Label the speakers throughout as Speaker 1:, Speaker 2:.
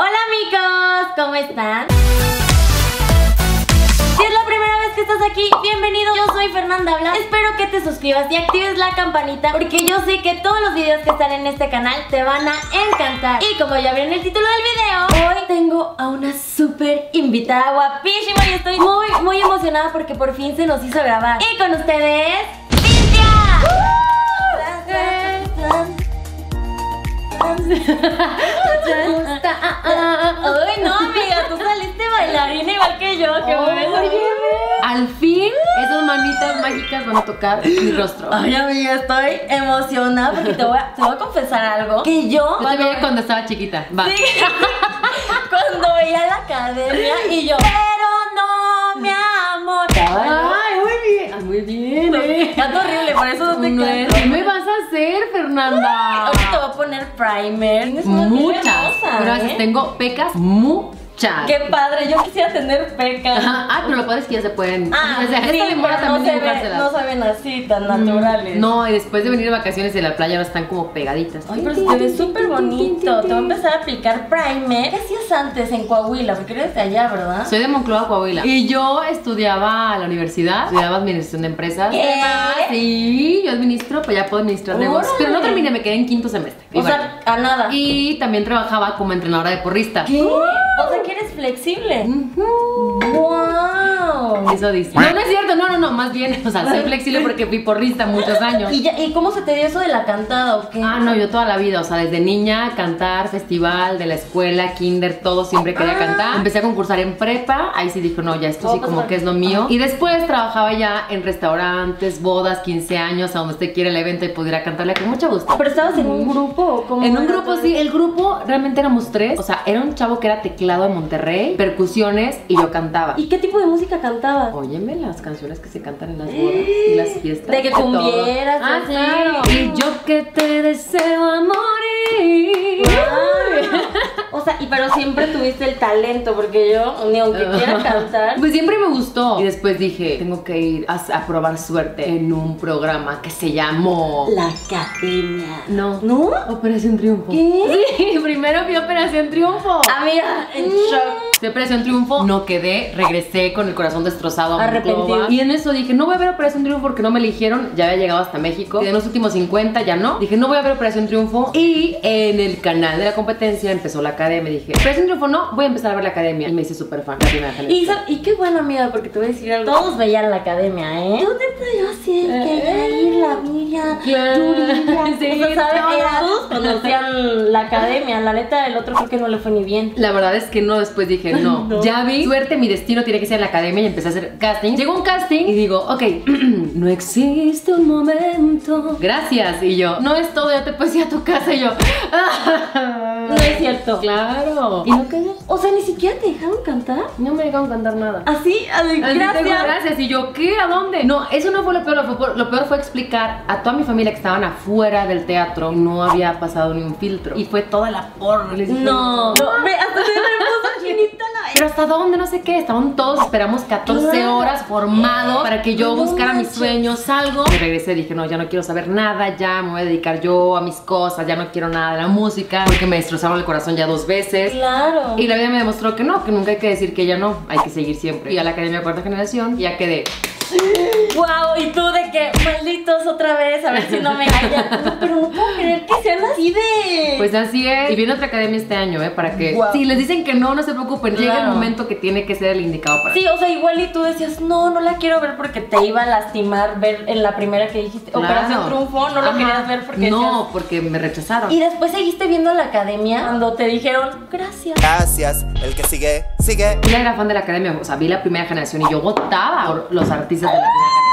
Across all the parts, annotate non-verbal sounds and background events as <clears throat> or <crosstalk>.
Speaker 1: Hola amigos, ¿cómo están? Si es la primera vez que estás aquí, bienvenido. Yo soy Fernanda Blas. Espero que te suscribas y actives la campanita porque yo sé que todos los videos que están en este canal te van a encantar. Y como ya vieron el título del video, hoy tengo a una súper invitada guapísima y estoy muy, muy emocionada porque por fin se nos hizo grabar. Y con ustedes, Cintia. Ay, no, amiga, tú saliste bailarina igual que yo, que mueves así.
Speaker 2: <laughs> Al fin, esas manitas mágicas van a tocar mi rostro.
Speaker 1: Ay, amiga, estoy emocionada porque te voy a, te voy a confesar algo. Que yo,
Speaker 2: Yo te veía cuando estaba chiquita. Va.
Speaker 1: Sí. cuando veía la academia y yo, pero no, mi amor.
Speaker 2: Ay, muy bien. Ah, muy bien, eh.
Speaker 1: Canto horrible, por eso no te
Speaker 2: No es-
Speaker 1: canto.
Speaker 2: ¿Qué me vas a hacer, <laughs> Fernanda?
Speaker 1: Ahorita te voy a poner primer. Tienes una piel
Speaker 2: Muchas.
Speaker 1: hermosa,
Speaker 2: Gracias,
Speaker 1: ¿eh?
Speaker 2: tengo pecas muchas.
Speaker 1: Qué padre, yo quisiera tener pecas.
Speaker 2: Ajá. Pues, Ah, pero lo padre es que ya se pueden.
Speaker 1: Ah,
Speaker 2: o sea,
Speaker 1: sí,
Speaker 2: esta demora
Speaker 1: pero no
Speaker 2: también
Speaker 1: se,
Speaker 2: de
Speaker 1: ven,
Speaker 2: llevárselas.
Speaker 1: no se ven así tan naturales.
Speaker 2: No, y después de venir de vacaciones de la playa ahora están como pegaditas.
Speaker 1: Ay, pero se te ve súper bonito. Te voy a empezar a aplicar primer. ¿Qué hacías antes en Coahuila? Porque eres de allá, ¿verdad?
Speaker 2: Soy de Moncloa, Coahuila. Y yo estudiaba a la universidad, estudiaba administración de empresas.
Speaker 1: ¿Qué?
Speaker 2: Sí, yo administro, pues ya puedo administrar negocios. Pero no
Speaker 1: Órale.
Speaker 2: terminé, me quedé en quinto semestre. Y
Speaker 1: O sea, a nada.
Speaker 2: bueno. y también trabajaba como entrenadora de porrista.
Speaker 1: ¿Qué? O sea, que eres flexible. ¡Wow!
Speaker 2: Eso dice. No, no es cierto, no, no, no, más bien, o sea, soy flexible porque fui porrista muchos años.
Speaker 1: ¿Y, ya- ¿Y cómo se te dio eso de la cantada o qué?
Speaker 2: Ah, no, yo toda la vida, o sea, desde niña, cantar, festival, de la escuela, kinder, todo, siempre quería
Speaker 1: Ah. Oh,
Speaker 2: cantar. Empecé a concursar en prepa, ahí sí dije, no, ya esto
Speaker 1: Voy
Speaker 2: sí
Speaker 1: a
Speaker 2: como
Speaker 1: pasar.
Speaker 2: que es lo mío. Y después trabajaba ya en restaurantes, bodas, 15 años, a donde usted quiera el evento y pudiera cantarle con mucho gusto.
Speaker 1: ¿Pero estabas en un grupo o cómo?
Speaker 2: En un
Speaker 1: era
Speaker 2: grupo
Speaker 1: todo
Speaker 2: sí, el grupo realmente éramos tres, o sea, era un chavo que era teclado de Monterrey, percusiones y yo cantaba.
Speaker 1: eso? ¿Y qué tipo de música cantabas?
Speaker 2: Óyeme las canciones que se cantan en las bodas y las fiestas.
Speaker 1: ¡Eh! De que
Speaker 2: y todo.
Speaker 1: cumbieras,
Speaker 2: Ah,
Speaker 1: de
Speaker 2: claro.
Speaker 1: todo.
Speaker 2: Y yo que te deseo a morir.
Speaker 1: Wow. O sea, y pero siempre tuviste el talento, porque yo, ni aunque
Speaker 2: <laughs>
Speaker 1: quiera cantar,
Speaker 2: Pues siempre me gustó. Y después dije, tengo que ir a, a probar suerte en un programa que se llamó...
Speaker 1: La academia.
Speaker 2: No.
Speaker 1: ¿No?
Speaker 2: Operación Triunfo.
Speaker 1: ¿Qué?
Speaker 2: Sí, primero vi Operación Triunfo.
Speaker 1: Amiga, en shock.
Speaker 2: De Operación Triunfo no quedé, regresé con el corazón destrozado a
Speaker 1: Arrepentido.
Speaker 2: Monclova. Y en eso dije, no voy a ver Operación Triunfo porque no me eligieron, ya había llegado hasta México. Y en los últimos 50 ya no. Dije, no voy a ver Operación Triunfo. Y en el canal de la competencia empezó la academia. Dije, Operación Triunfo no, voy a empezar a ver la academia. Y me hice súper fan. la primera generación.
Speaker 1: Y, sa- y qué buena amiga, porque te voy a decir algo. Todos veían la academia, ¿eh? Tú te yo sí,
Speaker 2: Eh.
Speaker 1: la <laughs> Miriam,
Speaker 2: Claro.
Speaker 1: <laughs> Yuridia.
Speaker 2: Sí,
Speaker 1: o sea, ¿sabes?
Speaker 2: todas.
Speaker 1: Ellas Todos conocían la academia. La neta, el otro creo que no le fue ni bien.
Speaker 2: La verdad es que no,
Speaker 1: <laughs>
Speaker 2: después dije, no,
Speaker 1: No.
Speaker 2: ya vi, suerte, mi destino tiene que ser la academia y empecé a hacer casting. Llegó un casting y digo, ok, <clears throat> no existe un momento. Gracias. Y yo, no es todo, ya te puedes ir a tu casa. Y yo, <laughs>
Speaker 1: No es cierto.
Speaker 2: claro.
Speaker 1: ¿Y no quedó? O sea, ni siquiera te dejaron cantar.
Speaker 2: Y no me dejaron cantar nada.
Speaker 1: Así, así,
Speaker 2: Así tengo,
Speaker 1: gracias.
Speaker 2: gracias. Y yo, ¿qué? ¿A dónde? No, eso no fue lo peor. Lo peor, lo peor fue explicar a toda mi familia que estaban afuera del teatro. No había pasado ni un filtro. Y fue toda la porra. Les dije,
Speaker 1: No. No, ve, hasta se me <laughs> puso chinita la
Speaker 2: Pero hasta dónde, no sé qué, estaban todos, esperamos 14
Speaker 1: Claro.
Speaker 2: horas formados para que yo
Speaker 1: No
Speaker 2: buscara mis
Speaker 1: manches.
Speaker 2: sueños, salgo. Me regresé, dije, no, ya no quiero saber nada, ya me voy a dedicar yo a mis cosas, ya no quiero nada de la música, porque me destrozaron el corazón ya dos veces.
Speaker 1: Claro.
Speaker 2: Y la vida me demostró que no, que nunca hay que decir que ya no, hay que seguir siempre. Fui a la Academia Cuarta Generación y ya quedé.
Speaker 1: Wow, y tú de que malditos otra vez, a ver si no me hallan. <laughs> No, pero no puedo creer que sean así de.
Speaker 2: Pues así es. Y viene otra academia este año, ¿eh? Para que...
Speaker 1: Guau.
Speaker 2: Si les dicen que no, no se preocupen, llega
Speaker 1: Claro.
Speaker 2: el momento que tiene que ser el indicado para
Speaker 1: sí, o sea, igual y tú decías, no, no la quiero ver porque te iba a lastimar ver en la primera que dijiste
Speaker 2: Claro.
Speaker 1: Operación Triunfo, no lo
Speaker 2: Ajá.
Speaker 1: querías ver porque
Speaker 2: No,
Speaker 1: decías-
Speaker 2: porque me rechazaron.
Speaker 1: Y después seguiste viendo la academia cuando te dijeron, gracias.
Speaker 3: Gracias. El que sigue, sigue.
Speaker 2: Yo era fan de la academia, o sea, vi la primera generación y yo votaba por los artistas de la primera generación.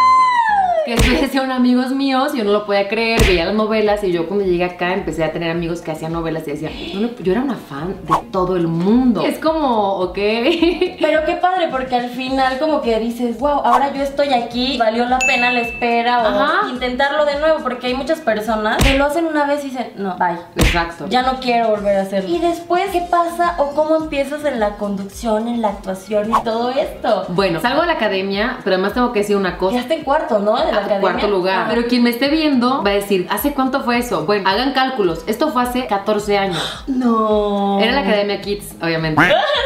Speaker 2: Que después eran amigos míos, yo no lo podía creer, veía las novelas y yo cuando llegué acá empecé a tener amigos que hacían novelas y decía, "No le- yo era una fan de todo el mundo. Es como, ok. <laughs>
Speaker 1: Pero qué padre, porque al final como que dices, wow, ahora yo estoy aquí, valió la pena la espera o
Speaker 2: Ajá.
Speaker 1: intentarlo de nuevo, porque hay muchas personas que lo hacen una vez y dicen, no, bye.
Speaker 2: Exacto.
Speaker 1: Ya no quiero volver a hacerlo. ¿Y después qué pasa o cómo empiezas en la conducción, en la actuación y todo esto?
Speaker 2: Bueno, salgo de la academia, pero además tengo que decir una cosa.
Speaker 1: Quedaste en cuarto, ¿no? De la academia.
Speaker 2: Ah,
Speaker 1: Ah,
Speaker 2: cuarto lugar.
Speaker 1: Ajá.
Speaker 2: Pero quien me esté viendo va a decir, ¿hace cuánto fue eso? Bueno, hagan cálculos. Esto fue hace 14 años.
Speaker 1: No.
Speaker 2: Era la Academia Kids,
Speaker 1: <laughs>
Speaker 2: obviamente.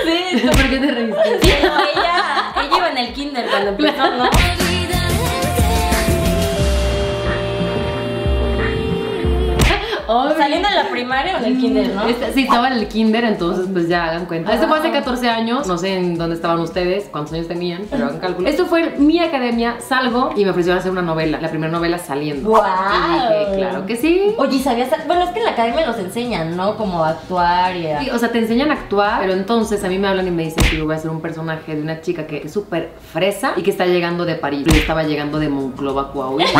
Speaker 1: Sí.
Speaker 2: ¿Por qué te reíste?
Speaker 1: Pero ella, ella iba en el kinder cuando empezó, ¿no?
Speaker 2: Obvio.
Speaker 1: Saliendo en la primaria o en el kinder, ¿no?
Speaker 2: Esta- Este, sí, estaba en el kinder, entonces pues ya hagan cuenta. Esto fue hace 14 años, no sé en dónde estaban ustedes, cuántos años tenían, pero hagan cálculo. Esto fue mi academia, salgo y me ofrecieron hacer una novela, la primera novela saliendo.
Speaker 1: ¡Guau!
Speaker 2: Y dije, claro que sí.
Speaker 1: Oye, ¿y ¿sabías? Bueno, es que en la academia los enseñan, ¿no? Como a actuar y a...
Speaker 2: Sí, o sea, te enseñan a actuar, pero entonces a mí me hablan y me dicen que yo voy a ser un personaje de una chica que es súper fresa y que está llegando de París. Yo estaba llegando de Monclova, Coahuila. <laughs>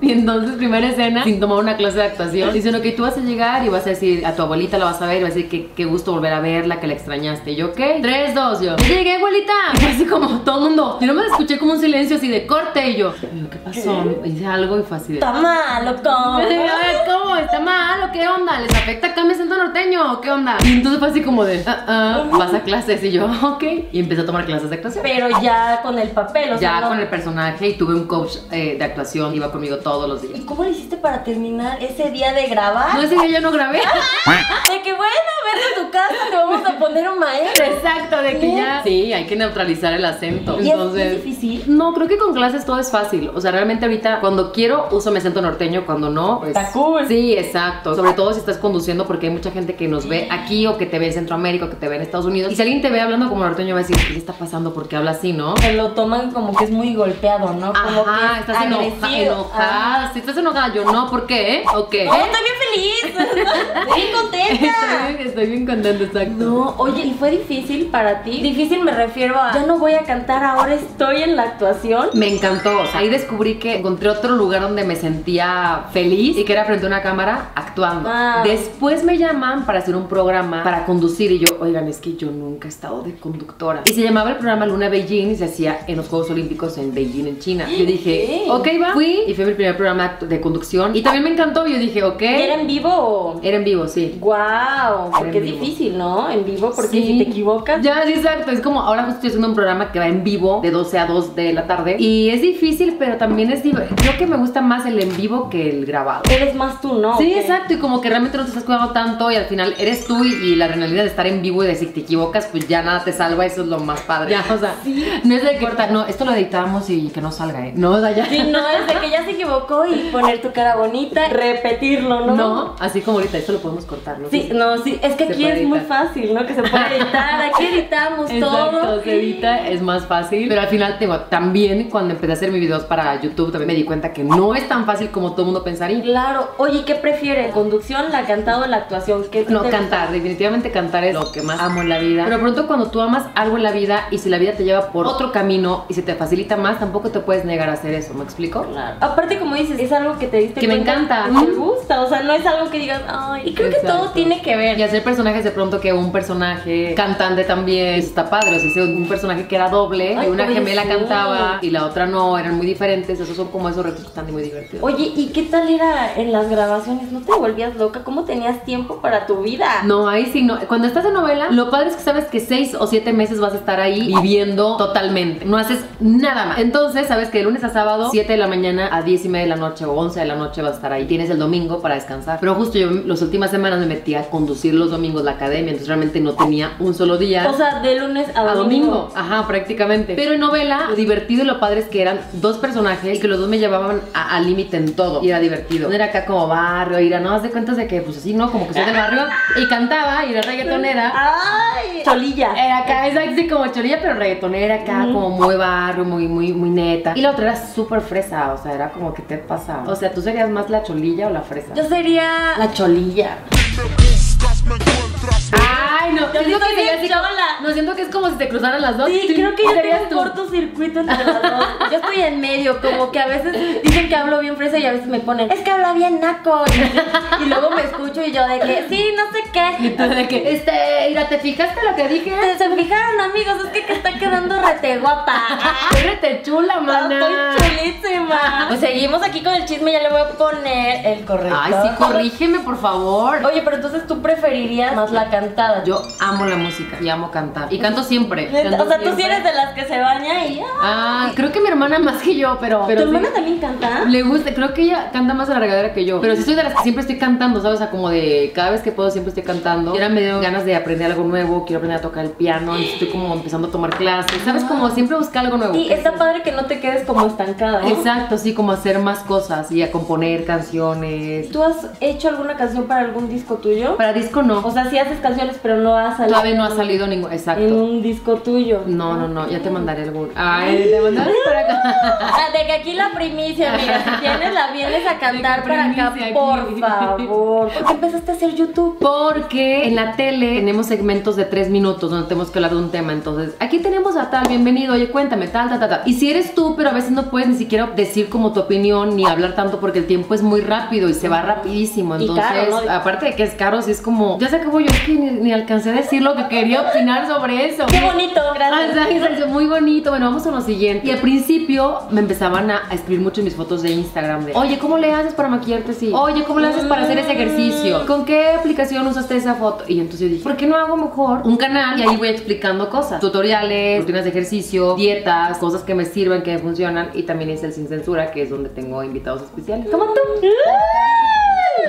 Speaker 2: Y entonces, primera escena, sin tomar una clase de actuación, dicen, ok, tú vas a llegar y vas a decir, a tu abuelita la vas a ver, y vas a decir, qué, qué gusto volver a verla, que la extrañaste. Y yo, ok, tres, dos, yo, "Ya llegué, abuelita. Y fue así como todo el mundo. Yo no me escuché como un silencio así de corte. Y yo, "Pero, ¿qué pasó? Hice algo y fue así de.
Speaker 1: ¡Está mal,
Speaker 2: A
Speaker 1: loco!
Speaker 2: ver, ¿cómo? ¿Está mal o qué onda? ¿Les afecta acá mi acento norteño o qué onda? Y entonces fue así como de, ah, ah, vas a clases y yo, <laughs> ok. Y empecé a tomar clases de actuación.
Speaker 1: Pero ya con el papel, o sea,
Speaker 2: Ya
Speaker 1: no-
Speaker 2: con el personaje y tuve un coach eh, de actuación, iba conmigo todos los días.
Speaker 1: ¿Y cómo lo hiciste para terminar ese día de grabar?
Speaker 2: No, ese día yo no <laughs> grabé. ah.
Speaker 1: De que bueno, vete a tu casa, te vamos a poner un maestro.
Speaker 2: Exacto, de que ya. Sí, hay que neutralizar el acento.
Speaker 1: ¿Y es-
Speaker 2: Entonces.
Speaker 1: es difícil?
Speaker 2: No, creo que con clases todo es fácil. O sea, realmente ahorita cuando quiero uso mi acento norteño, cuando no, pues.
Speaker 1: Está cool.
Speaker 2: Sí, exacto. Sobre todo si estás conduciendo, porque hay mucha gente que nos ve aquí o que te ve en Centroamérica o que te ve en Estados Unidos. Y si alguien te ve hablando como norteño, va a decir, ¿qué le está pasando? Porque habla así, ¿no?
Speaker 1: Se lo toman como que es muy golpeado, ¿no? Como
Speaker 2: Ajá,
Speaker 1: que
Speaker 2: estás enoja,
Speaker 1: agresivo. Ah.
Speaker 2: enojada. Si estás enojada, yo no, ¿por qué? ¿O qué?
Speaker 1: No, estoy bien <laughs> feliz. Estoy bien
Speaker 2: <laughs> Estoy
Speaker 1: contenta.
Speaker 2: bien- Estoy bien contenta, exacto.
Speaker 1: No, oye, ¿y fue difícil para ti? Difícil me refiero a, ya no voy a cantar, ahora estoy en la actuación.
Speaker 2: Me encantó. O sea, ahí descubrí que encontré otro lugar donde me sentía feliz y que era frente a una cámara actuando.
Speaker 1: Wow.
Speaker 2: Después me llaman para hacer un programa para conducir y yo, oigan, es que yo nunca he estado de conductora. Y se llamaba el programa Luna Beijing y se hacía en los Juegos Olímpicos en Beijing, en China. Yo dije,
Speaker 1: Ok.
Speaker 2: ok, va. Fui y fue mi primer programa de conducción y también me encantó. Yo dije, ok.
Speaker 1: ¿Y ¿Era en vivo o...?
Speaker 2: Era en vivo, sí.
Speaker 1: Wow,
Speaker 2: Era en
Speaker 1: porque es
Speaker 2: vivo.
Speaker 1: difícil, ¿no? En vivo, porque
Speaker 2: Sí.
Speaker 1: si te equivocas...
Speaker 2: Ya, sí, exacto. Es como ahora justo estoy haciendo un programa que va en vivo de 12 a 2 de la tarde. Y es difícil, pero también es div- Creo que me gusta más el en vivo que el grabado.
Speaker 1: Eres más tú, ¿no?
Speaker 2: Sí,
Speaker 1: Ah, Ok.
Speaker 2: exacto, y como que realmente no te estás cuidando tanto y al final eres tú y, y la adrenalina de estar en vivo y de si te equivocas, pues ya nada te salva, eso es lo más padre. Ya, o sea, <laughs> no es de que, no, esto lo editamos y que no salga, ¿eh? No, o sea, ya.
Speaker 1: Sí, no, es de que ya se equivocó y poner tu cara bonita, repetirlo, ¿no?
Speaker 2: no. así como ahorita, esto lo podemos cortar, ¿no?
Speaker 1: Sí, no, sí, es que
Speaker 2: Se
Speaker 1: aquí
Speaker 2: puede
Speaker 1: es muy
Speaker 2: editar.
Speaker 1: fácil, ¿no? Que se puede editar, aquí editamos todo.
Speaker 2: <laughs> Exacto, se edita, es más fácil. Pero al final, tengo, también cuando empecé a hacer mis videos para YouTube, también me di cuenta que no es tan fácil como todo el mundo pensaría.
Speaker 1: Claro, oye, ¿qué prefieres? ¿Conducción, la cantada o la actuación? ¿Qué
Speaker 2: No,
Speaker 1: te-
Speaker 2: cantar, definitivamente cantar es lo que más amo en la vida. Pero pronto cuando tú amas algo en la vida y si la vida te lleva por otro camino y se te facilita más, tampoco te puedes negar a hacer eso, ¿me explico?
Speaker 1: Claro. Aparte, como dices, es algo que te diste
Speaker 2: Que me
Speaker 1: cuenta
Speaker 2: encanta.
Speaker 1: que te
Speaker 2: Mm.
Speaker 1: gusta, o sea, no es algo que digas, ay, y creo que todo
Speaker 2: Exacto.
Speaker 1: tiene que
Speaker 2: Y
Speaker 1: ver.
Speaker 2: hacer personajes de pronto que un personaje cantante también eso está padre. O sea, hice un personaje que era doble,
Speaker 1: Ay,
Speaker 2: y una
Speaker 1: oye,
Speaker 2: gemela
Speaker 1: sí.
Speaker 2: cantaba y la otra no, eran muy diferentes. Esos son como esos retos que están muy divertidos.
Speaker 1: Oye, ¿y qué tal era en las grabaciones? ¿No te volvías loca? ¿Cómo tenías tiempo para tu vida?
Speaker 2: No, ahí sí, no. Cuando estás en novela, lo padre es que sabes que seis o siete meses vas a estar ahí viviendo totalmente. No haces nada más. Entonces, sabes que de lunes a sábado, 7 de la mañana a 10 y media de la noche o 11 de la noche vas a estar ahí. Tienes el domingo para descansar. Pero justo yo las últimas semanas me metí a conducir los domingos la academia, entonces realmente no tenía un solo día.
Speaker 1: O sea, de lunes a
Speaker 2: a
Speaker 1: domingo.
Speaker 2: domingo, ajá, prácticamente. Pero en novela, lo divertido y lo padre es que eran dos personajes y que los dos me llevaban a- al límite en todo. Y era divertido. No era acá como barrio, y era, no, haz de cuentas de que, pues así, ¿no? Como que soy del barrio. Y cantaba, y era reggaetonera.
Speaker 1: ¡Ay! Cholilla.
Speaker 2: Era acá, es así como chorilla, pero reggaetonera acá, como muy barrio, muy, muy, muy neta. Y la otra era súper fresa, o sea, era como que te pasa. O sea, tú serías más la cholilla o la fresa.
Speaker 1: Yo sería la cholilla.
Speaker 2: Ay, no,
Speaker 1: Yo
Speaker 2: siento
Speaker 1: soy
Speaker 2: que
Speaker 1: bien
Speaker 2: sería así como-
Speaker 1: chola.
Speaker 2: No siento que es como si te cruzaran las dos.
Speaker 1: Sí, creo que yo tengo
Speaker 2: serías
Speaker 1: un
Speaker 2: tú.
Speaker 1: cortocircuito entre las dos. Yo estoy en medio, como que a veces dicen que hablo bien fresa y a veces me ponen, es que habla bien naco. Y, y luego me escucho y yo de que, sí, no sé
Speaker 2: Y tú
Speaker 1: qué.
Speaker 2: de que, este, mira, ¿te fijaste lo que dije?
Speaker 1: Se, se fijaron, amigos, es que, que está quedando rete guapa.
Speaker 2: Córrete chula, mana.
Speaker 1: Estoy chulísima. Pues seguimos aquí con el chisme, ya le voy a poner el corrector.
Speaker 2: Ay, sí, corrígeme, por favor.
Speaker 1: Oye, pero entonces tú preferirías más la cantada.
Speaker 2: Yo amo la música y amo cantar. cantar. Y canto siempre. canto
Speaker 1: O sea, tú sí
Speaker 2: siempre.
Speaker 1: eres de las que se baña y ya.
Speaker 2: Ah, creo que mi hermana más que yo, pero. pero
Speaker 1: ¿Tu
Speaker 2: sí.
Speaker 1: hermana también canta?
Speaker 2: Le gusta, creo que ella canta más a la regadera que yo. Pero sí soy de las que siempre estoy cantando, ¿sabes? O sea, como de cada vez que puedo siempre estoy cantando. Y ahora me dio ganas de aprender algo nuevo, quiero aprender a tocar el piano, entonces estoy como empezando a tomar clases, ¿sabes? Como siempre buscar algo nuevo.
Speaker 1: Sí, está padre que no te quedes como estancada. ¿no?
Speaker 2: Exacto, sí, como hacer más cosas y a componer canciones.
Speaker 1: ¿Tú has hecho alguna canción para algún disco tuyo?
Speaker 2: Para disco no,
Speaker 1: O sea, sí haces canciones, pero no has salido.
Speaker 2: todavía no ha salido ningún,
Speaker 1: En
Speaker 2: exacto.
Speaker 1: un disco tuyo.
Speaker 2: No,
Speaker 1: <laughs>
Speaker 2: no, no, ya te mandaré algún. Ay, te mandaré por acá.
Speaker 1: Ah, de que aquí la primicia, amiga. Si tienes, la vienes a cantar para acá,
Speaker 2: primicia aquí.
Speaker 1: por favor. ¿Por qué empezaste a hacer YouTube?
Speaker 2: Porque en la tele tenemos segmentos de tres minutos donde tenemos que hablar de un tema. Entonces, aquí tenemos a tal, bienvenido, oye, cuéntame, tal, tal, tal, tal. Y si eres tú, pero a veces no puedes ni siquiera decir como tu opinión ni hablar tanto porque el tiempo es muy rápido y se va rapidísimo.
Speaker 1: Y
Speaker 2: Entonces,
Speaker 1: caro, ¿no?
Speaker 2: aparte de que es caro, sí es como, ya se acabó yo, es que ni, ni alcancé a decir lo que quería opinar sobre eso.
Speaker 1: Qué bonito,
Speaker 2: Ah,
Speaker 1: gracias.
Speaker 2: está, está, está, muy bonito. Bueno, vamos a lo siguiente. Y al principio me empezaban a a escribir mucho en mis fotos de Instagram de, oye, ¿cómo le haces para maquillarte así? Oye, ¿cómo le haces para hacer ese ejercicio? ¿Con qué aplicación usaste esa foto? Y entonces yo dije, ¿por qué no hago mejor un canal y ahí voy explicando cosas? Tutoriales, rutinas de ejercicio, dietas, cosas que me sirven, que me funcionan. Y también hice el Sin Censura, que es donde tengo invitados especiales. ¿Cómo tú?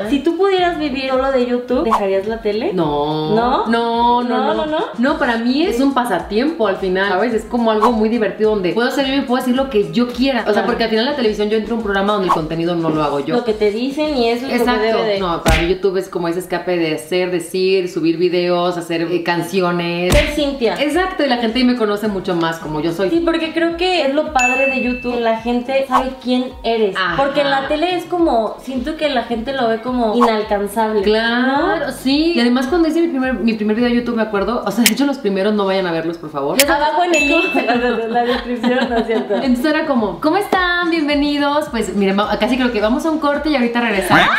Speaker 1: Si tú pudieras vivir solo de YouTube, ¿dejarías la tele?
Speaker 2: Ah. No.
Speaker 1: ¿No?
Speaker 2: No, no,
Speaker 1: No,
Speaker 2: no.
Speaker 1: no, no.
Speaker 2: No, para mí es un pasatiempo al final. ¿Sabes? Es como algo muy divertido donde puedo ser yo y puedo decir lo que yo quiera. O sea,
Speaker 1: Claro.
Speaker 2: porque al final en la televisión yo entro a un programa donde el contenido no lo hago yo.
Speaker 1: Lo que te dicen y eso es lo que
Speaker 2: Exacto.
Speaker 1: debe de.
Speaker 2: No, para mí YouTube es como ese escape de hacer, decir, subir videos, hacer eh, canciones.
Speaker 1: Ser Cintia.
Speaker 2: Exacto, y la gente ahí me conoce mucho más como yo soy.
Speaker 1: Sí, porque creo que es lo padre de YouTube. que La gente sabe quién eres.
Speaker 2: Ajá.
Speaker 1: Porque en la tele es como. Siento que la gente lo ve como inalcanzable.
Speaker 2: Claro, sí. Y además cuando hice mi primer, mi primer video de YouTube, me acuerdo, o sea, de hecho los primeros no vayan a verlos, por favor.
Speaker 1: Abajo en el link, en <laughs> la descripción, ¿no es
Speaker 2: <laughs>
Speaker 1: cierto?
Speaker 2: Entonces era como, ¿cómo están? Bienvenidos. Pues miren, va- casi creo que vamos a un corte y ahorita regresamos. <laughs>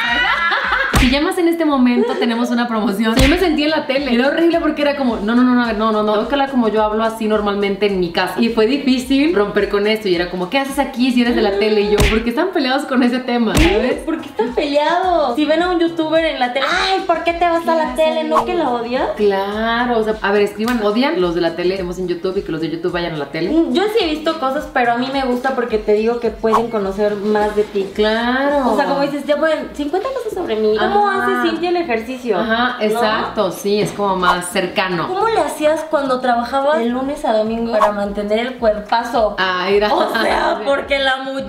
Speaker 2: Si llamas en este momento, tenemos una promoción. Yo me sentí en la tele. Era horrible porque era como, no, no, no, no, a ver, no, no, no. Tengo que hablar como yo hablo así normalmente en mi casa. Y fue difícil Ah. romper con esto. Y era como, ¿qué haces aquí si eres de la tele? Y yo, ¿por qué están peleados con ese tema? ¿Sabes?
Speaker 1: ¿Por qué están peleados? Si ven a un youtuber en la tele, ay, ¿por qué te vas a la
Speaker 2: Claro.
Speaker 1: tele? ¿No que la odias?
Speaker 2: Claro, o sea, a ver, escriban, odian los de la tele, estemos en YouTube y que los de YouTube vayan a la tele.
Speaker 1: Yo sí he visto cosas, pero a mí me gusta porque te digo que pueden conocer más de ti.
Speaker 2: Claro.
Speaker 1: O sea, como dices, ya pueden 50 cosas sobre mí. ¿Cómo
Speaker 2: Ajá.
Speaker 1: hace Cintia el ejercicio?
Speaker 2: Ajá,
Speaker 1: ¿No?
Speaker 2: exacto, sí, es como más cercano.
Speaker 1: ¿Cómo le hacías cuando trabajabas de lunes a domingo para mantener el cuerpazo?
Speaker 2: Ay, gracias.
Speaker 1: O
Speaker 2: <laughs>
Speaker 1: sea, porque la mujer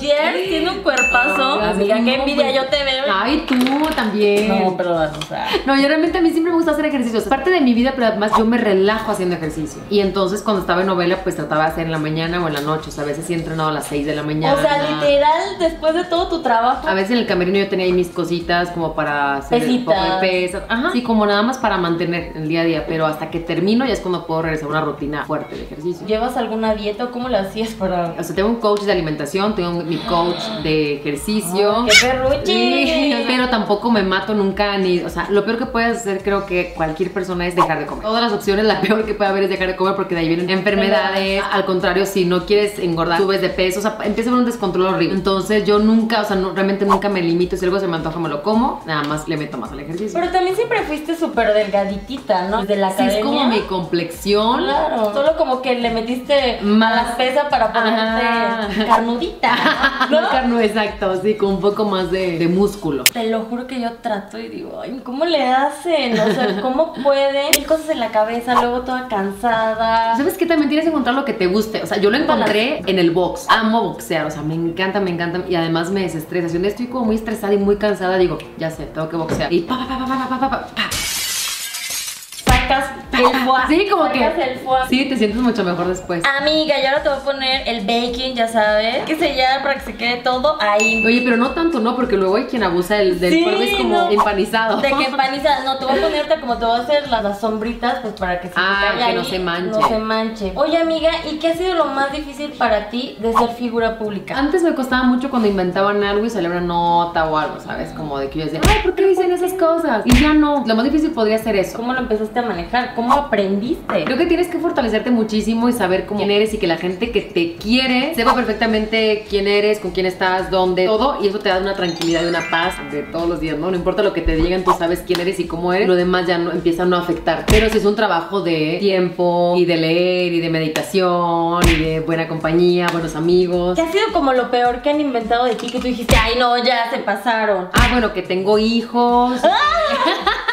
Speaker 1: tiene un cuerpazo.
Speaker 2: Ay,
Speaker 1: Amiga,
Speaker 2: no,
Speaker 1: qué envidia,
Speaker 2: pues.
Speaker 1: yo te veo.
Speaker 2: Ay, tú también.
Speaker 1: No, perdón, o sea.
Speaker 2: No, yo realmente a mí siempre me gusta hacer ejercicios. Es parte de mi vida, pero además yo me relajo haciendo ejercicio. Y entonces cuando estaba en novela, pues trataba de hacer en la mañana o en la noche. O sea, a veces sí he entrenado a las 6 de la mañana.
Speaker 1: O sea, literal, después de todo tu trabajo.
Speaker 2: A veces en el camerino yo tenía ahí mis cositas como para hacer un poco de
Speaker 1: Pesitas.
Speaker 2: pesas. Ajá. Sí, como nada más para mantener el día a día. Pero hasta que termino ya es cuando puedo regresar a una rutina fuerte de ejercicio.
Speaker 1: ¿Llevas alguna dieta o cómo la hacías para.?
Speaker 2: O sea, tengo un coach de alimentación, tengo mi coach de ejercicio.
Speaker 1: ¡Qué perruche!
Speaker 2: Sí, pero tampoco me mato nunca ni, o sea, lo peor que puedes hacer creo que cualquier persona es dejar de comer. Todas las opciones, la peor que puede haber es dejar de comer porque de ahí vienen enfermedades. Al contrario, si no quieres engordar, subes de peso, o sea, empieza a haber un descontrol horrible. Entonces yo nunca, o sea, no- realmente nunca me limito. Si algo se me antoja, me lo como, nada más le meto más al ejercicio.
Speaker 1: Pero también siempre fuiste súper delgaditita, ¿no? De la
Speaker 2: Sí,
Speaker 1: academia.
Speaker 2: es como mi complexión. <laughs>
Speaker 1: Claro. Solo como que le metiste
Speaker 2: Más.
Speaker 1: malas pesa para ponerte
Speaker 2: Ajá.
Speaker 1: carnudita.
Speaker 2: No, <laughs>
Speaker 1: ¿no?
Speaker 2: carno, exacto, sí, con un poco más de, de músculo.
Speaker 1: Te lo juro que yo trato y digo, ay, ¿cómo le hacen? O sea, ¿cómo <laughs> pueden? Mil cosas en la cabeza, luego toda cansada.
Speaker 2: ¿Sabes qué? También tienes que encontrar lo que te guste. O sea, yo lo encontré en el box. Amo boxear, o sea, me encanta, me encanta. Y además me desestresa. Si un día estoy como muy estresada y muy cansada, digo, ya sé, tengo que boxear. Y pa, pa, pa, pa, pa, pa, pa, pa, pa.
Speaker 1: Sacas
Speaker 2: <laughs>
Speaker 1: el fuá.
Speaker 2: Sí, como
Speaker 1: Sacas
Speaker 2: que.
Speaker 1: el Ah. fuá.
Speaker 2: Sí, te sientes mucho mejor después.
Speaker 1: Amiga, y ahora te voy a poner el baking, ya sabes. Que se llama para que se quede todo ahí.
Speaker 2: Oye, pero no tanto, ¿no? Porque luego hay quien abusa del, del
Speaker 1: Sí,
Speaker 2: polvo, es como
Speaker 1: no.
Speaker 2: empanizado.
Speaker 1: De que empaniza, no, te voy a ponerte como te voy a hacer las, las sombritas, pues para que se te
Speaker 2: Ah,
Speaker 1: caiga
Speaker 2: que no
Speaker 1: ahí,
Speaker 2: se manche.
Speaker 1: No se manche. Oye, amiga, ¿y qué ha sido lo más difícil para ti de ser figura pública?
Speaker 2: Antes me costaba mucho cuando inventaban algo y salía una nota o algo, ¿sabes? Como de que yo decía, ay, ¿por qué dicen esas cosas? Y ya no. Lo más difícil podría ser eso.
Speaker 1: ¿Cómo lo empezaste a manejar? ¿Cómo aprendiste?
Speaker 2: Creo que tienes que fortalecerte muchísimo y saber cómo quién eres y que la gente que te quiere sepa perfectamente quién eres, con quién estás, dónde, todo. Y eso te da una tranquilidad y una paz de todos los días, ¿no? No importa lo que te digan, tú sabes quién eres y cómo eres. Lo demás ya no, empieza a no afectar. Pero si es un trabajo de tiempo y de leer y de meditación y de buena compañía, buenos amigos.
Speaker 1: ¿Qué ha sido como lo peor que han inventado de ti que tú dijiste, ay no, ya se pasaron?
Speaker 2: Ah, bueno, que tengo hijos. <laughs>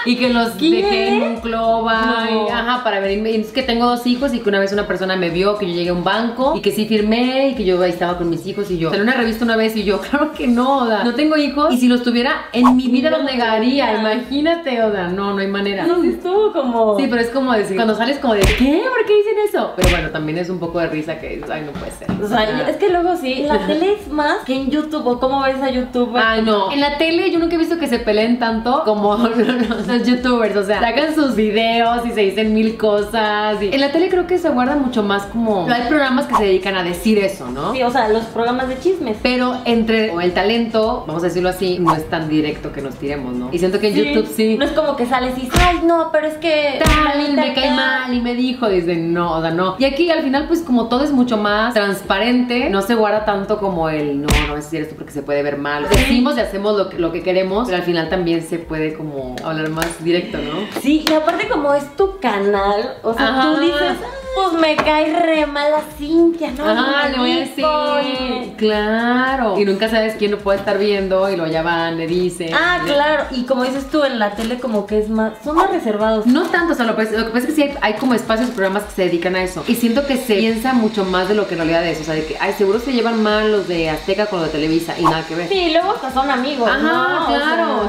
Speaker 2: Y que los
Speaker 1: Ah. ¿Qué?
Speaker 2: dejé en un clova.
Speaker 1: No.
Speaker 2: y, ajá, para venirme. Y es que tengo dos hijos y que una vez una persona me vio que yo llegué a un banco y que sí firmé y que yo ahí estaba con mis hijos y yo. Salió una revista una vez y yo, <laughs> claro que no, Oda. No tengo hijos. Y si los tuviera, en mi vida los
Speaker 1: No,
Speaker 2: negaría.
Speaker 1: no.
Speaker 2: Imagínate, Oda. No, no hay manera.
Speaker 1: No, sí estuvo como...
Speaker 2: Sí, pero es como decir, cuando sales como de, ¿qué? ¿Por qué dicen eso? Pero bueno, también es un poco de risa que dices, ay, no puede ser.
Speaker 1: O sea,
Speaker 2: Ah.
Speaker 1: es que luego sí, la tele es más que en YouTube, o cómo ves a YouTube.
Speaker 2: Ay, no. En la tele yo nunca he visto que se peleen tanto como <laughs> los youtubers. O sea, sacan sus videos y se dicen mil cosas. y- En la tele creo que se guarda mucho más como. Hay programas que se dedican a decir eso, ¿no?
Speaker 1: Sí, o sea, los programas de chismes.
Speaker 2: Pero entre o el talento, vamos a decirlo así, no es tan directo que nos tiremos, ¿no? Y siento que en YouTube sí.
Speaker 1: No es como que sales y dices, ay no, pero es que...
Speaker 2: Tal,
Speaker 1: fulanita
Speaker 2: me cae
Speaker 1: tal".
Speaker 2: mal y me dijo, dice, no, o sea, no. Y aquí al final, pues como todo es mucho más transparente, no se guarda tanto como el, no, no vas a decir esto porque se puede ver mal. Decimos y hacemos lo que, lo que queremos, pero al final también se puede como hablar más directo, ¿no?
Speaker 1: Sí, y aparte como es tu canal, o sea,
Speaker 2: Ajá.
Speaker 1: tú dices, pues me cae re mal la Cintia, ¿no? No
Speaker 2: Ajá, le voy a
Speaker 1: me
Speaker 2: decir.
Speaker 1: dijo, y-
Speaker 2: Claro. Y nunca sabes quién lo puede estar viendo y lo ya van, le dicen.
Speaker 1: Ah,
Speaker 2: Y-
Speaker 1: claro, y como dices tú, en la tele como que es más, son más reservados.
Speaker 2: No tanto, o sea, lo, que pasa- lo que pasa es que sí hay, hay como espacios, programas que se dedican a eso. Y siento que se piensa mucho más de lo que en realidad es. O sea, de que, ay, seguro se llevan mal los de Azteca con los de Televisa y nada que ver.
Speaker 1: Sí, y luego hasta son amigos,
Speaker 2: Ajá,
Speaker 1: ¿no? O
Speaker 2: claro.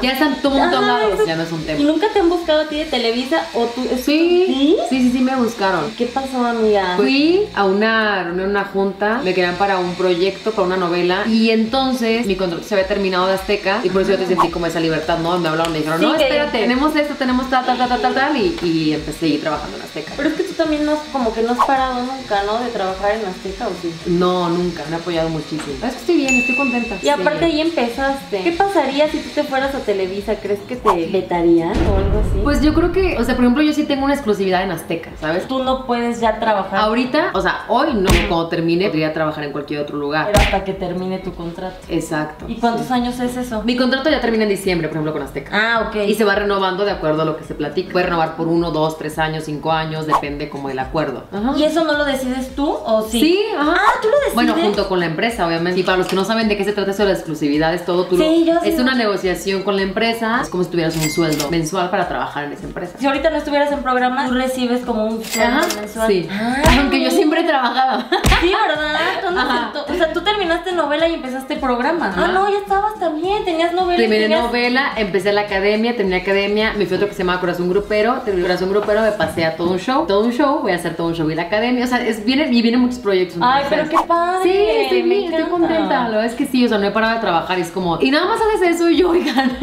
Speaker 1: sea,
Speaker 2: ya están todo
Speaker 1: Ajá,
Speaker 2: mundo hablados.
Speaker 1: eso-
Speaker 2: Ya no es un
Speaker 1: ¿Y
Speaker 2: tema.
Speaker 1: nunca te han buscado a ti de Televisa o tú?
Speaker 2: Sí, sí, sí, sí, me buscaron.
Speaker 1: ¿Qué pasó, amiga?
Speaker 2: Fui a una reunión, una junta, me querían para un proyecto, para una novela, y entonces mi contrato se había terminado de Azteca, y por eso yo te sentí como esa libertad, ¿no? Me hablaron, me dijeron,
Speaker 1: Sí,
Speaker 2: no,
Speaker 1: que-
Speaker 2: espérate, tenemos esto, tenemos tal, tal, tal, tal, tal, tal, y, y empecé a ir trabajando en Azteca.
Speaker 1: Pero es que tú también no, has- como que no has parado nunca, ¿no? De trabajar en Azteca o sí.
Speaker 2: No, nunca, me ha apoyado muchísimo. Es que estoy bien, estoy contenta.
Speaker 1: Y aparte
Speaker 2: Sí.
Speaker 1: ahí empezaste. ¿Qué pasaría si tú te fueras a Televisa? ¿Crees que te vetarían o algo así?
Speaker 2: Pues yo creo que, o sea, por ejemplo, yo sí tengo una exclusividad en Azteca, ¿sabes?
Speaker 1: tú no puedes ya trabajar.
Speaker 2: Ahorita, o sea, hoy no, cuando termine, podría trabajar en cualquier otro lugar.
Speaker 1: Pero hasta que termine tu contrato.
Speaker 2: Exacto.
Speaker 1: ¿Y cuántos
Speaker 2: sí.
Speaker 1: años es eso?
Speaker 2: Mi contrato ya termina en diciembre, por ejemplo, con Azteca.
Speaker 1: Ah, ok.
Speaker 2: Y se va renovando de acuerdo a lo que se platica. Puede renovar por uno, dos, tres años, cinco años, depende como el acuerdo. Ajá.
Speaker 1: ¿Y eso no lo decides tú o sí?
Speaker 2: Sí, ajá.
Speaker 1: Ah, tú lo decides.
Speaker 2: Bueno, junto con la empresa, obviamente. Y para los que no saben de qué se trata eso de la exclusividad, es todo tú. lo-
Speaker 1: Sí, yo sí
Speaker 2: es
Speaker 1: lo-
Speaker 2: una negociación con la empresa. Es como si tuvieras un sueldo mensual para trabajar en esa empresa.
Speaker 1: Si ahorita no estuvieras en programa, tú recibes como un sueldo mensual.
Speaker 2: sí.
Speaker 1: Ah.
Speaker 2: Aunque yo siempre he trabajado. <laughs>
Speaker 1: Sí, ¿verdad? ¿Dónde
Speaker 2: Ajá.
Speaker 1: se to- O sea, tú terminaste novela y empezaste programa.
Speaker 2: Ajá.
Speaker 1: Ah, no, ya estabas también, tenías novela. y
Speaker 2: Terminé
Speaker 1: tenías-
Speaker 2: novela, empecé la academia, terminé academia, me fui a otro que se llama Corazón Grupero, terminé Corazón Grupero, me pasé a todo un show, todo un show, voy a hacer todo un show y la academia, o sea, es, vienen, y vienen muchos proyectos.
Speaker 1: Ay,
Speaker 2: entonces,
Speaker 1: pero qué padre.
Speaker 2: Sí, estoy,
Speaker 1: me
Speaker 2: bien, estoy
Speaker 1: encanta.
Speaker 2: contenta, la verdad es que sí, o sea, no he parado de trabajar, y es como, y nada más haces eso y yo, <laughs> oigan.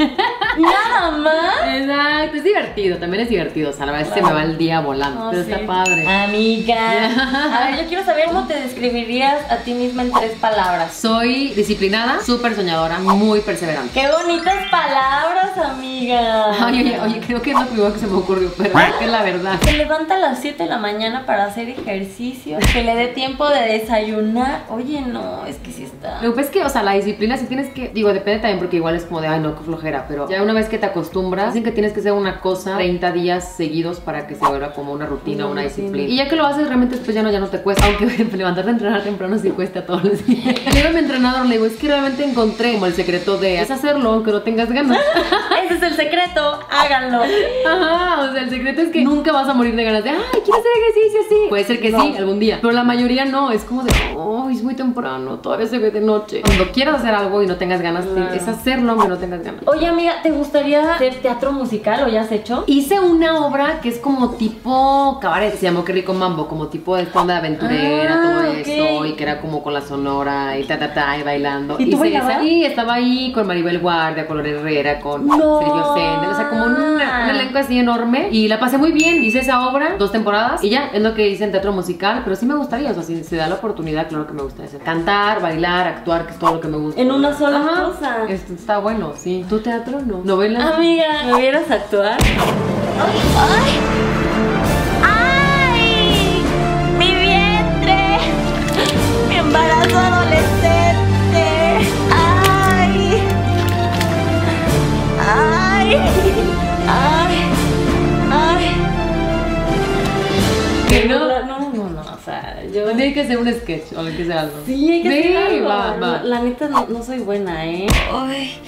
Speaker 1: Nada más.
Speaker 2: Exacto, es divertido, también es divertido, o sea, la verdad es que se me va el día volando,
Speaker 1: No,
Speaker 2: pero
Speaker 1: Ah, sí.
Speaker 2: está padre. <laughs>
Speaker 1: Amiga. A ver, yo quiero saber cómo te describirías a ti misma en tres palabras.
Speaker 2: Soy disciplinada, súper soñadora, muy perseverante.
Speaker 1: Qué bonitas palabras, amiga.
Speaker 2: Ay, oye, oye, creo que es lo primero que se me ocurrió, pero creo que es la verdad.
Speaker 1: Se levanta a las 7 de la mañana para hacer ejercicio. Que le dé tiempo de desayunar. Oye, no, es que sí está.
Speaker 2: Lo que pasa es que, o sea, la disciplina sí tienes que, digo, depende también porque igual es como de, ay, no, qué flojera, pero ya una vez que te acostumbras, dicen que tienes que hacer una cosa 30 días seguidos para que se vuelva como una rutina,
Speaker 1: Una
Speaker 2: una
Speaker 1: rutina.
Speaker 2: disciplina. Y ya que lo haces, realmente después ya no, ya no te cuesta, aunque <laughs> levantarte a entrenar temprano sí cuesta todos los días. Le digo a mi entrenador, le digo, es que realmente encontré como el secreto de, es hacerlo aunque no tengas ganas.
Speaker 1: <laughs> Ese es el secreto, háganlo.
Speaker 2: Ajá, o sea, el secreto es que nunca vas a morir de ganas de, ay, quiero hacer ejercicio así. Puede ser que
Speaker 1: No.
Speaker 2: sí, algún día. Pero la mayoría no, es como de, oh, es muy temprano, todavía se ve de noche. Cuando quieras hacer algo y no tengas ganas,
Speaker 1: Claro.
Speaker 2: es hacerlo aunque no tengas ganas.
Speaker 1: Oye, amiga, ¿te gustaría hacer teatro musical o ya has hecho?
Speaker 2: Hice una obra que es como tipo cabaret, se llamó Qué rico mambo, como tipo de onda de aventurera,
Speaker 1: Ah,
Speaker 2: todo
Speaker 1: ok.
Speaker 2: eso, y que era como con la sonora y ta ta ta y bailando.
Speaker 1: ¿Y tú
Speaker 2: Hice esa.
Speaker 1: bailabas?
Speaker 2: Y estaba ahí con Maribel Guardia, con Lore Herrera, con
Speaker 1: No.
Speaker 2: Sergio Sender, o sea, como una- un elenco así enorme. Y la pasé muy bien, hice esa obra, dos temporadas, y ya, es lo que hice en teatro musical, pero sí me gustaría, o sea, si se da la oportunidad, claro que me gusta hacer. Cantar, bailar, actuar, que es todo lo que me gusta.
Speaker 1: En una sola
Speaker 2: Ajá.
Speaker 1: cosa.
Speaker 2: Esto está bueno, sí. ¿Tu teatro no? ¿Novela?
Speaker 1: Amiga, ¿me vieras actuar? ¡Ay! ¡Ay!
Speaker 2: que no.
Speaker 1: No, no, no, no, o sea, yo...
Speaker 2: Tiene que ser un sketch o que sea algo.
Speaker 1: Sí, hay que
Speaker 2: Sí,
Speaker 1: hacer algo.
Speaker 2: va, va.
Speaker 1: La neta, no, no soy buena, ¿eh?
Speaker 4: Ay,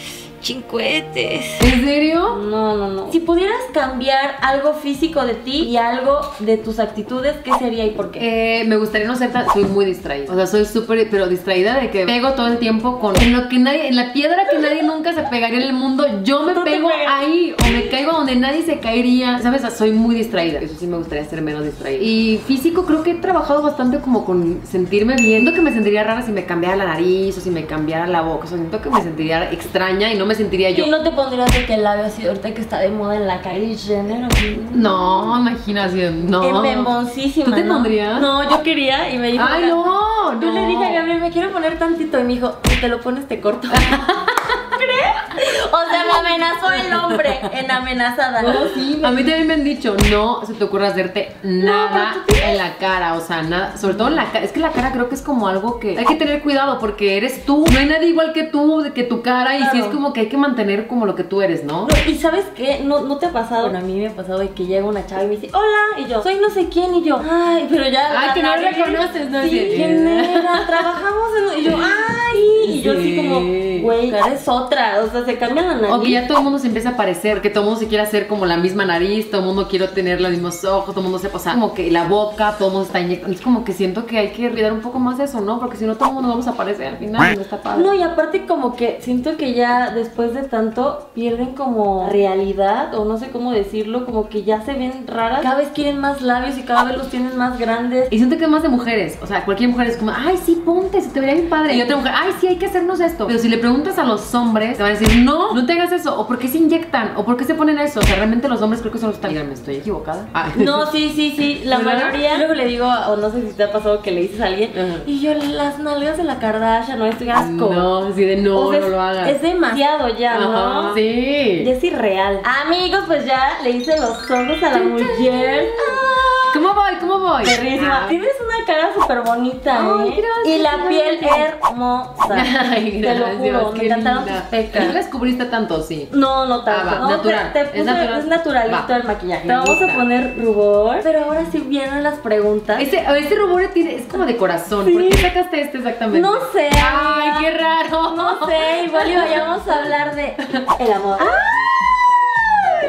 Speaker 4: chincuetes.
Speaker 2: ¿En serio?
Speaker 1: No, no, no. Si pudieras cambiar algo físico de ti y algo de tus actitudes, ¿qué sería y por qué?
Speaker 2: Eh, me gustaría no ser tan. Soy muy distraída. O sea, soy súper, pero distraída de que pego todo el tiempo con. En lo que nadie. En la piedra que nadie nunca se pegaría en el mundo, yo me
Speaker 1: Tú te
Speaker 2: pego
Speaker 1: pegas.
Speaker 2: ahí. O me caigo donde nadie se caería. ¿Sabes? O sea, soy muy distraída. Eso sí me gustaría ser menos distraída. Y físico, creo que he trabajado bastante como con sentirme bien. Siento que me sentiría rara si me cambiara la nariz o si me cambiara la boca. O sea, siento que me sentiría extraña y no me sentiría yo.
Speaker 1: ¿Y no te pondrías de que el labio así ahorita que está de moda en la calle Jenner? así?
Speaker 2: No, imaginación,
Speaker 1: Es
Speaker 2: no.
Speaker 1: memboncísima,
Speaker 2: ¿Tú te
Speaker 1: ¿no?
Speaker 2: pondrías?
Speaker 1: No, yo quería y me dijo.
Speaker 2: Ay, no, no.
Speaker 1: Yo le dije a Gabriel, me quiero poner tantito. Y me dijo, si te lo pones, te corto. <laughs>
Speaker 2: <laughs>
Speaker 1: ¿Crees? O sea, me amenazó el hombre en amenazada.
Speaker 2: No, sí, a mí también me han dicho, no se te ocurra hacerte nada
Speaker 1: pero tú tienes-
Speaker 2: en la cara, o sea, nada, sobre todo en la cara, es que la cara creo que es como algo que hay que tener cuidado porque eres tú, no hay nadie igual que tú, de que tu cara, y sí
Speaker 1: Claro.
Speaker 2: es como que hay que mantener como lo que tú eres, ¿no?
Speaker 1: No, y sabes qué, no, no te ha pasado. Bueno, a mí me ha pasado de que llega una chava y me dice, hola, y yo, soy no sé quién, y yo, ay, pero ya.
Speaker 2: Ay,
Speaker 1: la
Speaker 2: que no
Speaker 1: nariz,
Speaker 2: reconoces, no
Speaker 1: Sí,
Speaker 2: sé.
Speaker 1: ¿quién era? Trabajamos en. Y yo, ay, y yo así
Speaker 2: Sí.
Speaker 1: como, güey, cara es otra. O sea, se cambia la nariz.
Speaker 2: O que ya todo el mundo se empieza a parecer, que todo el mundo se quiere hacer como la misma nariz, todo el mundo quiere tener los mismos ojos, todo el mundo se pasa como que la boca, todo el mundo está inyectando. Es como que siento que hay que cuidar un poco más eso, ¿no? Porque si no, todo el mundo vamos a parecer al final, y no está padre.
Speaker 1: No, y aparte como que siento que ya después de tanto pierden como realidad o no sé cómo decirlo, como que ya se ven raras. Cada vez quieren más labios y cada vez los tienen más <laughs> grandes.
Speaker 2: Y siento que es más de mujeres. O sea, cualquier mujer es como, ay, sí, ponte, se te vería bien padre. Y otra mujer, ay, sí, hay que hacernos esto. Pero si le preguntas a los hombres, te van a decir, no, no te hagas eso. O por qué se inyectan, o por qué se ponen eso. O sea, realmente los hombres creo que son los tan. Díganme, estoy equivocada. Ah.
Speaker 1: <laughs> No, sí, sí, sí, la
Speaker 2: ¿Verdad?
Speaker 1: mayoría. Luego le digo, o no sé si te ha pasado que le dices a alguien,
Speaker 2: Ajá.
Speaker 1: y yo las nalgas de la Kardashian, no, estoy asco.
Speaker 2: No, así de no,
Speaker 1: O sea,
Speaker 2: no
Speaker 1: es-
Speaker 2: lo hagas.
Speaker 1: Es demasiado ya,
Speaker 2: Ajá,
Speaker 1: ¿no? Ya
Speaker 2: Sí.
Speaker 1: es irreal. Amigos, pues ya le hice los ojos a la mujer. Ah,
Speaker 2: ¿Cómo voy? ¿Cómo voy?
Speaker 1: Perrísima.
Speaker 2: Ah.
Speaker 1: Tienes una cara súper bonita,
Speaker 2: Ay,
Speaker 1: ¿eh?
Speaker 2: gracias,
Speaker 1: y la piel
Speaker 2: gracias.
Speaker 1: hermosa.
Speaker 2: <laughs> Ay,
Speaker 1: te lo
Speaker 2: gracias,
Speaker 1: juro, me
Speaker 2: qué
Speaker 1: encantaron
Speaker 2: linda.
Speaker 1: tus pecas.
Speaker 2: No descubriste tanto, sí.
Speaker 1: No, no tanto.
Speaker 2: Ah, va,
Speaker 1: No,
Speaker 2: natural.
Speaker 1: Te, te
Speaker 2: Es
Speaker 1: puse- es,
Speaker 2: natural.
Speaker 1: naturalito
Speaker 2: Va.
Speaker 1: el maquillaje. Te
Speaker 2: Me
Speaker 1: vamos a
Speaker 2: gusta.
Speaker 1: poner rubor. Pero ahora sí vienen las preguntas.
Speaker 2: Ese, ese rubor tiene- es como de corazón.
Speaker 1: Sí.
Speaker 2: ¿Por qué sacaste este exactamente?
Speaker 1: No sé.
Speaker 2: Ay,
Speaker 1: amiga.
Speaker 2: qué raro.
Speaker 1: No sé, igual y vayamos a hablar de el amor.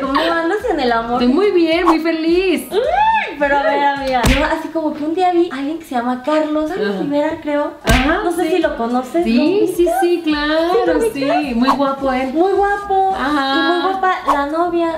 Speaker 1: ¿Cómo andas en el amor?
Speaker 2: Estoy muy bien, muy feliz.
Speaker 1: Ay, Pero a ver, amiga. Yo así como que un día vi a alguien que se llama Carlos Carlos
Speaker 2: Ajá.
Speaker 1: Rivera, creo.
Speaker 2: Ajá,
Speaker 1: No sé
Speaker 2: sí.
Speaker 1: si lo conoces. ¿lo
Speaker 2: Sí,
Speaker 1: ubicas?
Speaker 2: sí, sí, claro,
Speaker 1: ¿Sí lo
Speaker 2: sí. Muy guapo él.
Speaker 1: Muy guapo.
Speaker 2: Ajá.
Speaker 1: Y muy guapa la novia.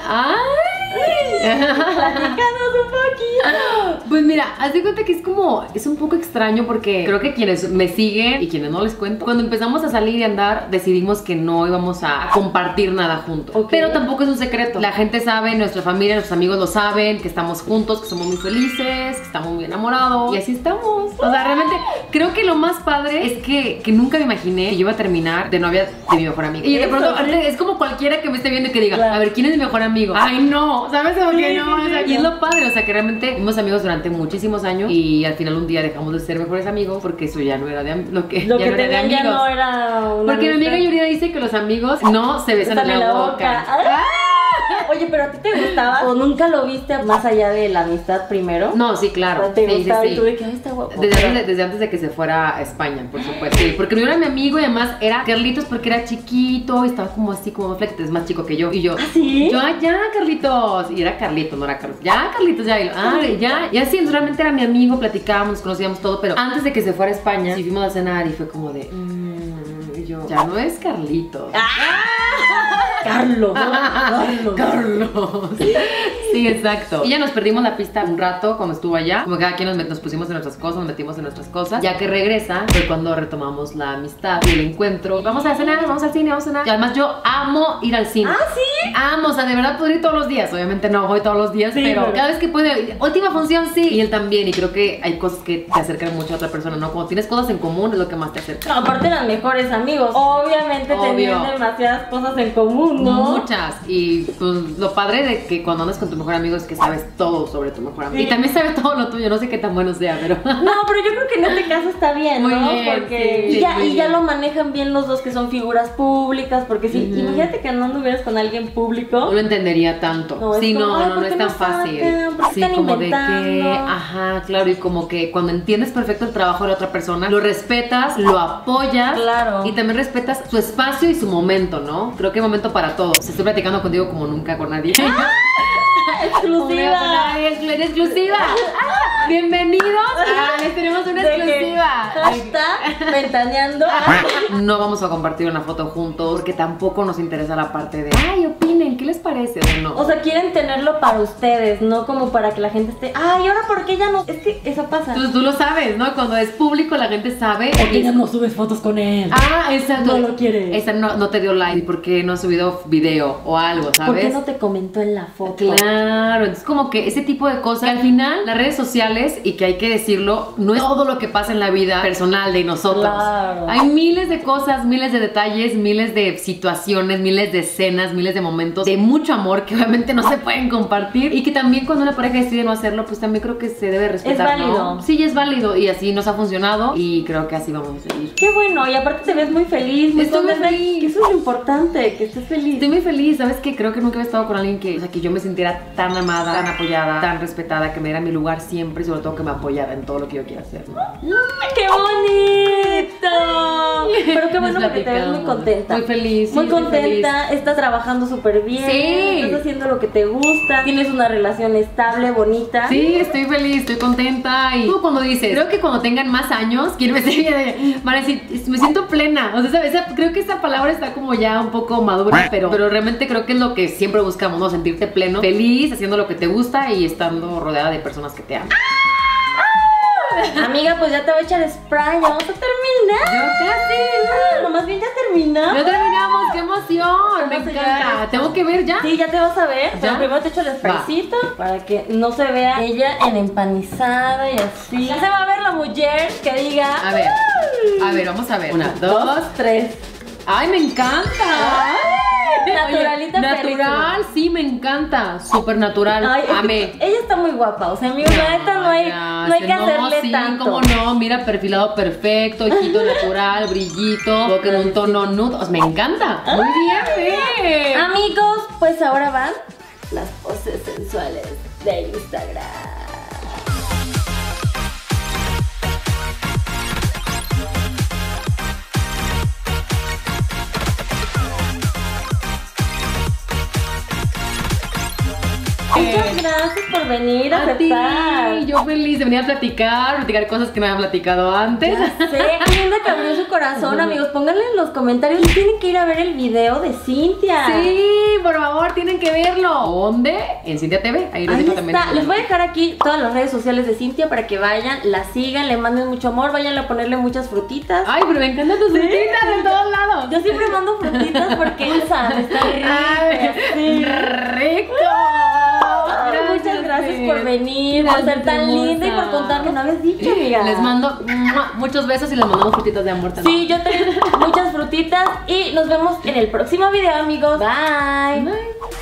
Speaker 2: ¡Ay!
Speaker 1: Platícanos un poquito.
Speaker 2: <laughs> Pues mira, haz de cuenta que es como, es un poco extraño porque creo que quienes me siguen y quienes no les cuento, cuando empezamos a salir y andar, decidimos que no íbamos a compartir nada juntos.
Speaker 1: Ok.
Speaker 2: Pero tampoco es un secreto. La gente sabe, nuestra familia, nuestros amigos lo saben, que estamos juntos, que somos muy felices, que estamos muy enamorados. Y así estamos. O sea, realmente creo que lo más padre es que, que nunca me imaginé que yo iba a terminar de novia de mi mejor amiga. Y de
Speaker 1: Eso,
Speaker 2: pronto,
Speaker 1: sí.
Speaker 2: aparte, es como cualquiera que me esté viendo y que diga,
Speaker 1: Claro.
Speaker 2: a ver, ¿quién es mi mejor amigo? Ay, no, ¿sabes? Como que
Speaker 1: Sí,
Speaker 2: no,
Speaker 1: sí,
Speaker 2: o sea,
Speaker 1: sí,
Speaker 2: y es
Speaker 1: no.
Speaker 2: lo padre, o sea que realmente fuimos amigos durante muchísimos años y al final un día dejamos de ser mejores amigos porque eso ya no era de am- lo que,
Speaker 1: <laughs> Lo
Speaker 2: ya
Speaker 1: que
Speaker 2: no era de
Speaker 1: tenían
Speaker 2: amigos.
Speaker 1: ya no era una
Speaker 2: porque mi amiga
Speaker 1: amistad.
Speaker 2: Yurida dice que los amigos no se besan en la, boca.
Speaker 1: Ah. Oye, pero a ti te gustaba o nunca lo viste más allá de la amistad primero.
Speaker 2: No, sí,
Speaker 1: O
Speaker 2: claro.
Speaker 1: Ah, te
Speaker 2: Sí, sí,
Speaker 1: gustaba
Speaker 2: sí.
Speaker 1: y tú de que ay, está guapo.
Speaker 2: Desde antes, de, desde antes de que se fuera a España, por supuesto. Sí, porque no era mi amigo y además era Carlitos porque era chiquito y estaba como así, como flequete, es más chico que yo. Y yo,
Speaker 1: ¿Ah, sí?
Speaker 2: yo, ah, ya, Carlitos. Y era Carlitos, no era Carlos. Ya, Carlitos, ya. Y lo, ah, ya. Y así, entonces, realmente era mi amigo, platicábamos, conocíamos todo. Pero antes de que se fuera a España, sí fuimos a cenar y fue como de, mm, y yo, ya no es Carlitos.
Speaker 1: ¡Ah! Carlos. <laughs> Carlos.
Speaker 2: Carlos. Sí, exacto. Y ya nos perdimos la pista un rato cuando estuvo allá. Como que cada quien nos, met- nos pusimos en nuestras cosas, nos metimos en nuestras cosas. Ya que regresa, fue cuando retomamos la amistad y el encuentro. Vamos a cenar, vamos al cine, vamos a cenar. Y además yo amo ir al cine.
Speaker 1: Ah, sí.
Speaker 2: Amo, o sea, de verdad podría ir todos los días. Obviamente no voy todos los días,
Speaker 1: Sí,
Speaker 2: pero
Speaker 1: pero-
Speaker 2: cada vez que puedo. Última función, sí. Y él también. Y creo que hay cosas que te acercan mucho a otra persona, ¿no? Cuando tienes cosas en común es lo que más te acerca.
Speaker 1: No, aparte eran mejores amigos. Obviamente
Speaker 2: Obvio.
Speaker 1: tenían demasiadas cosas en común, mundo.
Speaker 2: Muchas. Y pues lo padre de que cuando andas con tu mejor amigo es que sabes todo sobre tu mejor amigo.
Speaker 1: Sí.
Speaker 2: Y también sabes todo lo tuyo, no sé qué tan bueno sea, pero.
Speaker 1: No, pero yo creo que en este caso está bien,
Speaker 2: Muy
Speaker 1: ¿no?
Speaker 2: bien,
Speaker 1: porque
Speaker 2: sí,
Speaker 1: y ya,
Speaker 2: muy
Speaker 1: y ya
Speaker 2: bien.
Speaker 1: lo manejan bien los dos que son figuras públicas, porque si
Speaker 2: Ujú.
Speaker 1: imagínate que no anduvieras con alguien público.
Speaker 2: <laughs> No lo entendería tanto.
Speaker 1: No, es
Speaker 2: sí,
Speaker 1: como,
Speaker 2: no,
Speaker 1: "Ay,
Speaker 2: no,
Speaker 1: ¿por
Speaker 2: no
Speaker 1: qué
Speaker 2: es
Speaker 1: no
Speaker 2: tan fácil.
Speaker 1: sacan? ¿Por qué
Speaker 2: Sí,
Speaker 1: están
Speaker 2: como de que,
Speaker 1: inventando?
Speaker 2: ajá, claro, y como que cuando entiendes perfecto el trabajo de la otra persona, lo respetas, lo apoyas.
Speaker 1: Claro.
Speaker 2: Y también respetas su espacio y su momento, ¿no? Creo que hay momento para todo. Se estoy platicando contigo como nunca
Speaker 1: <laughs>
Speaker 2: con nadie. Con
Speaker 1: <laughs> exclusiva.
Speaker 2: nadie, exclu-
Speaker 1: <laughs>
Speaker 2: en exclusiva. Ah, Bienvenidos. Ah, les tenemos una
Speaker 1: De que
Speaker 2: exclusiva.
Speaker 1: Hashtag
Speaker 2: <laughs>
Speaker 1: ventaneando.
Speaker 2: No vamos a compartir una foto juntos porque tampoco nos interesa la parte de, ay, opinen, ¿qué les parece o no?
Speaker 1: O sea, quieren tenerlo para ustedes, no como para que la gente esté, ay, ahora por qué ya no. Es que eso pasa.
Speaker 2: Tú, tú lo sabes, ¿no? Cuando es público la gente sabe. Y-
Speaker 1: no subes fotos con él.
Speaker 2: Ah, exacto.
Speaker 1: No lo quiere.
Speaker 2: Esa no, no te dio like porque no ha subido video o algo,
Speaker 1: ¿Por qué
Speaker 2: ¿sabes?
Speaker 1: no te comentó en la foto?
Speaker 2: Claro, es como que ese tipo de cosas. Al final, las redes sociales, y que hay que decirlo, no es todo lo que pasa en la vida personal de nosotros.
Speaker 1: Claro.
Speaker 2: Hay miles de cosas, miles de detalles, miles de situaciones, miles de escenas, miles de momentos de mucho amor que obviamente no se pueden compartir. Y que también cuando una pareja decide no hacerlo, pues también creo que se debe respetar. ¿no?
Speaker 1: válido.
Speaker 2: Sí, es válido. Y así nos ha funcionado. Y creo que así vamos a seguir.
Speaker 1: Qué bueno, y aparte te ves muy feliz, muy
Speaker 2: Estoy muy
Speaker 1: contenta,
Speaker 2: feliz.
Speaker 1: Que eso es lo importante, que estés feliz.
Speaker 2: Estoy muy feliz, ¿sabes qué? Creo que nunca había estado con alguien que, o sea, que yo me sintiera tan amada, tan apoyada, tan respetada, que me diera mi lugar siempre y sobre todo que me apoyara en todo lo que yo quiera hacer. ¿no?
Speaker 1: ¡Qué bonito! Pero qué bueno
Speaker 2: Nos
Speaker 1: porque te ves muy
Speaker 2: platicamos.
Speaker 1: contenta.
Speaker 2: Muy feliz. sí,
Speaker 1: Muy
Speaker 2: estoy
Speaker 1: contenta, estás trabajando súper bien,
Speaker 2: Sí.
Speaker 1: estás haciendo lo que te gusta, tienes una relación estable, bonita.
Speaker 2: feliz. Sí, estoy feliz, estoy contenta. Y tú cuando dices, creo que cuando tengan más años, quien me <laughs> sigue, van a decir, me siento plena. O sea, ¿sabes? Esa- creo que esa palabra está como ya un poco madura, pero, pero realmente creo que es lo que siempre buscamos, ¿no? Sentirte pleno, feliz, haciendo lo que te gusta y estando rodeada de personas que te aman.
Speaker 1: Amiga, pues ya te voy a echar spray, ya vamos a terminar.
Speaker 2: Yo casi.
Speaker 1: Ah, No, más bien ya terminamos.
Speaker 2: Ya terminamos, qué emoción, me
Speaker 1: Vamos a llegar a
Speaker 2: encanta.
Speaker 1: esto.
Speaker 2: Tengo que ver ya.
Speaker 1: Sí, ya te vas a ver, pero
Speaker 2: ¿Ya?
Speaker 1: primero te echo el spraycito para que no se vea ella en empanizada y así. Ya se va a ver la mujer que diga.
Speaker 2: A ver, a ver, vamos a ver. Una, dos.
Speaker 1: dos, tres.
Speaker 2: Ay, me encanta.
Speaker 1: Ay, naturalita
Speaker 2: Oye, Natural, sí, me encanta. Súper natural.
Speaker 1: Ay, es que
Speaker 2: Amé.
Speaker 1: Ella está muy guapa, o sea, mi la neta no hay, no hay que
Speaker 2: gracias.
Speaker 1: hacerle
Speaker 2: sí,
Speaker 1: tanto.
Speaker 2: cómo no, mira, perfilado perfecto, ojito natural, brillito, boca en un tono nude, Os- me encanta. Muy bien, ve.
Speaker 1: Amigos, pues ahora van las poses sensuales de Instagram. Muchas gracias por venir a
Speaker 2: Eh, A ti,
Speaker 1: aceptar.
Speaker 2: yo feliz de venir a platicar, platicar cosas que no había platicado antes. <laughs>
Speaker 1: Sí, alguien le cambió su corazón, amigos. Pónganle en los comentarios. Y tienen que ir a ver el video de Cintia.
Speaker 2: Sí, por favor, tienen que verlo. ¿Dónde? En Cintia TV. Ahí lo
Speaker 1: Ahí
Speaker 2: dijo también.
Speaker 1: está. Les voy a dejar aquí todas las redes sociales de Cintia para que vayan, la sigan, le manden mucho amor, vayan a ponerle muchas frutitas.
Speaker 2: Ay, pero me encantan tus frutitas en todos lados.
Speaker 1: Yo siempre mando frutitas porque usan,
Speaker 2: <laughs>
Speaker 1: están
Speaker 2: Ah,
Speaker 1: ricas.
Speaker 2: Ay, rico.
Speaker 1: Ay, Ah, Muchas gracias por venir, por
Speaker 2: Gracias,
Speaker 1: ser tan
Speaker 2: hermosa.
Speaker 1: linda y por contarnos. No habías dicho, amiga.
Speaker 2: Les mando mua, muchos besos y les mandamos frutitas de amor también.
Speaker 1: Sí, yo tengo muchas frutitas y nos vemos en el próximo video, amigos. Bye.
Speaker 2: Bye.